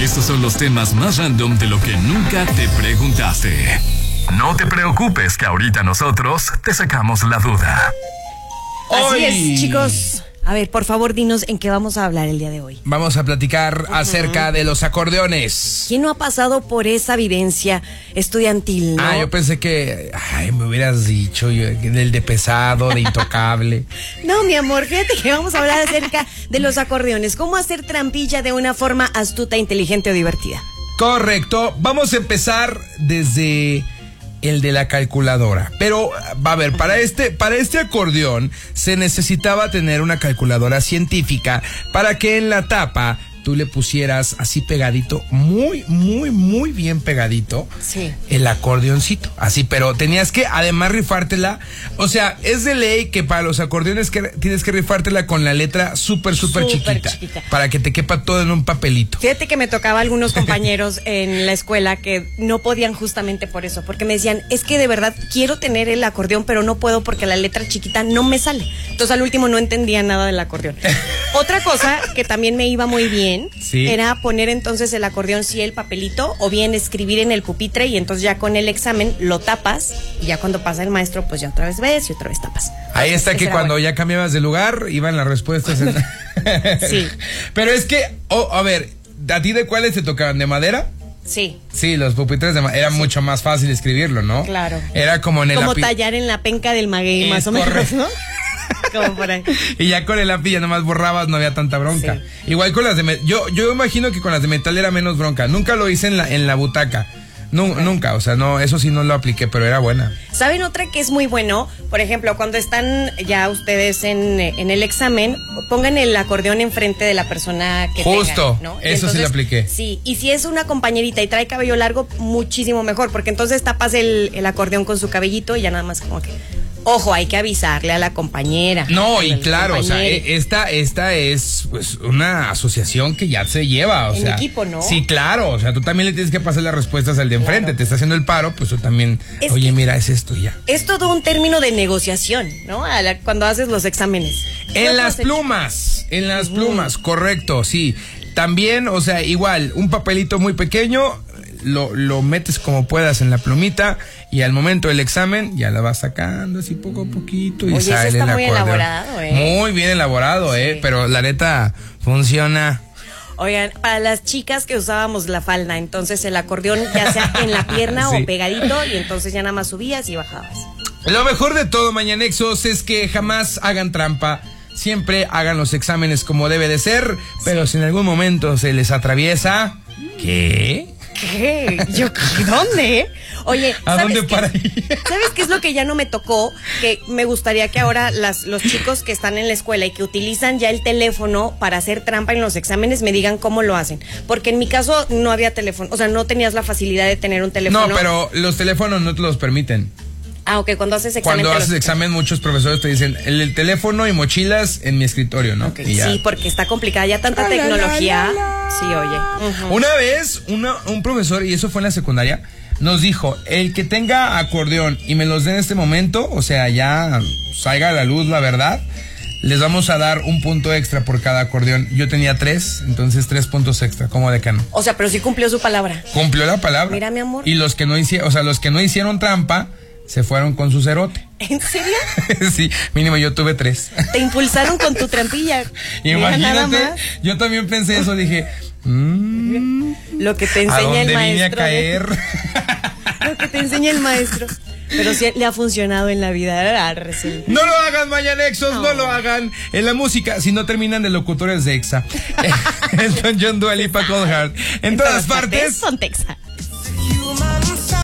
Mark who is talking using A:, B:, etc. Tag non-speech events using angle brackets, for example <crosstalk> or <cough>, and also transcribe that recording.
A: Estos son los temas más random de lo que nunca te preguntaste. No te preocupes que ahorita nosotros te sacamos la duda.
B: Hoy
C: Así es, chicos. A ver, por favor, dinos en qué vamos a hablar el día de hoy.
B: Vamos a platicar acerca de los acordeones.
C: ¿Quién no ha pasado por esa vivencia estudiantil? ¿no?
B: Ah, yo pensé que ay, me hubieras dicho yo, del de pesado, de intocable.
C: <laughs> No, mi amor, fíjate que vamos a hablar acerca de los acordeones. ¿Cómo hacer trampilla de una forma astuta, inteligente o divertida?
B: Correcto. Vamos a empezar desde el de la calculadora. Pero, a ver, para este, para este acordeón se necesitaba tener una calculadora científica para que en la tapa tú le pusieras así pegadito, muy, muy, muy bien pegadito,
C: Sí.
B: el acordeoncito. Así, pero tenías que además rifártela. O sea, es de ley que para los acordeones que tienes que rifártela con la letra súper, súper
C: Súper
B: chiquita,
C: chiquita.
B: Para que te quepa todo en un papelito.
C: Fíjate que me tocaba a algunos
B: <laughs>
C: compañeros en la escuela que no podían justamente por eso, porque me decían, es que de verdad quiero tener el acordeón, pero no puedo porque la letra chiquita no me sale. Entonces al último no entendía nada del
B: <laughs>
C: acordeón. Otra cosa que también me iba muy bien
B: Sí.
C: era poner entonces el acordeón sí el papelito o bien escribir en el pupitre y entonces ya con el examen lo tapas y ya cuando pasa el maestro pues ya otra vez ves y otra vez tapas.
B: Ahí está
C: Ese
B: que
C: era
B: cuando
C: bueno.
B: ya cambiabas de lugar iban las respuestas. en-
C: Sí.
B: <laughs> Pero es que, oh, a ver, ¿a ti de cuáles te tocaban? ¿De madera?
C: Sí.
B: Sí, los pupitres de madera. Era mucho más fácil escribirlo, ¿no?
C: Claro.
B: Era como en el
C: Como
B: api-
C: tallar en la penca del maguey,
B: Es
C: más o menos,
B: correcto.
C: ¿no? Como por ahí.
B: Y ya con el lápiz ya nomás borrabas, no había tanta bronca. Igual con las de me- yo yo imagino que con las de metal era menos bronca. Nunca lo hice en la en la butaca. Nu- Nunca, o sea, no, eso sí no lo apliqué, pero era buena.
C: ¿Saben otra que es muy bueno? Por ejemplo, cuando están ya ustedes en, eh, en el examen, pongan el acordeón enfrente de la persona que
B: Justo,
C: tengan, ¿no? Y
B: eso sí lo apliqué.
C: Sí, y si es una compañerita y trae cabello largo, muchísimo mejor, porque entonces tapas el, el acordeón con su cabellito y ya nada más como que... Ojo, hay que avisarle a la compañera.
B: No, y
C: al
B: claro, o sea,
C: compañero.
B: e- esta, esta es pues una asociación que ya se lleva, o
C: En
B: sea.
C: equipo, ¿no?
B: Sí, claro, o sea, tú también le tienes que pasar las respuestas al de enfrente, te está haciendo el paro, pues tú también,
C: Es
B: oye,
C: que-
B: mira, es esto y ya.
C: Es todo un término de negociación, ¿no? A la- cuando haces los exámenes.
B: En
C: Nosotros
B: las
C: hemos-
B: plumas, en las plumas, correcto, sí. También, o sea, igual, un papelito muy pequeño, lo, lo metes como puedas en la plumita y al momento del examen ya la vas sacando así poco a poquito y
C: Oye, eso
B: sale
C: está
B: el
C: muy
B: acordeón.
C: elaborado, ¿eh?
B: Muy bien elaborado, ¿eh?
C: Sí.
B: Pero la neta funciona.
C: Oigan, para las chicas que usábamos la falda, entonces el acordeón ya sea en la pierna
B: <laughs> Sí.
C: o pegadito y entonces ya nada más subías y bajabas.
B: Lo mejor de todo, mañanexos, es que jamás hagan trampa. Siempre hagan los exámenes como debe de ser, pero si en algún momento se les atraviesa, ¿qué?
C: ¿Qué? Yo, ¿dónde? Oye,
B: ¿A
C: ¿sabes
B: dónde
C: qué?
B: para ir?
C: ¿Sabes qué es lo que ya no me tocó? Que me gustaría que ahora las, los chicos que están en la escuela y que utilizan ya el teléfono para hacer trampa en los exámenes me digan cómo lo hacen. Porque en mi caso no había teléfono, o sea, no tenías la facilidad de tener un teléfono.
B: No, pero los teléfonos no te los permiten.
C: Ah, ok, cuando haces examen.
B: Cuando
C: te los-
B: haces examen, muchos profesores te dicen el, el teléfono y mochilas en mi escritorio, ¿no?
C: Ok,
B: Y ya.
C: Sí, porque está complicada ya tanta
B: La, la, la,
C: tecnología.
B: la, la.
C: Sí, oye. Ujú.
B: Una vez, una- un profesor, y eso fue en la secundaria, nos dijo, el que tenga acordeón y me los dé en este momento, o sea, ya salga a la luz la verdad, les vamos a dar un punto extra por cada acordeón. Yo tenía tres, entonces tres puntos extra, como decano.
C: O sea, pero sí cumplió su palabra.
B: Cumplió la palabra.
C: Mira, mi amor.
B: Y los que no hicieron, o sea, los que no hicieron trampa, se fueron con su cerote. <laughs>
C: ¿En serio?
B: sí, mínimo yo tuve tres.
C: Te impulsaron con tu trampilla. <laughs> Mira nada
B: <laughs> Imagínate,
C: más
B: yo también pensé eso, dije, mm,
C: lo que te
B: ¿a
C: enseña el
B: dónde vine a
C: maestro. ¿eh?
B: caer?
C: <laughs> Lo que te enseña el maestro. Pero sí le ha funcionado en la vida. Ah, resulta.
B: No lo hagan, Mayanexos, no. lo hagan. En la música, si no terminan de <laughs> locutores de EXA. Elton John, Dua Lipa, Cold Heart. En todas partes.
C: Son Texas.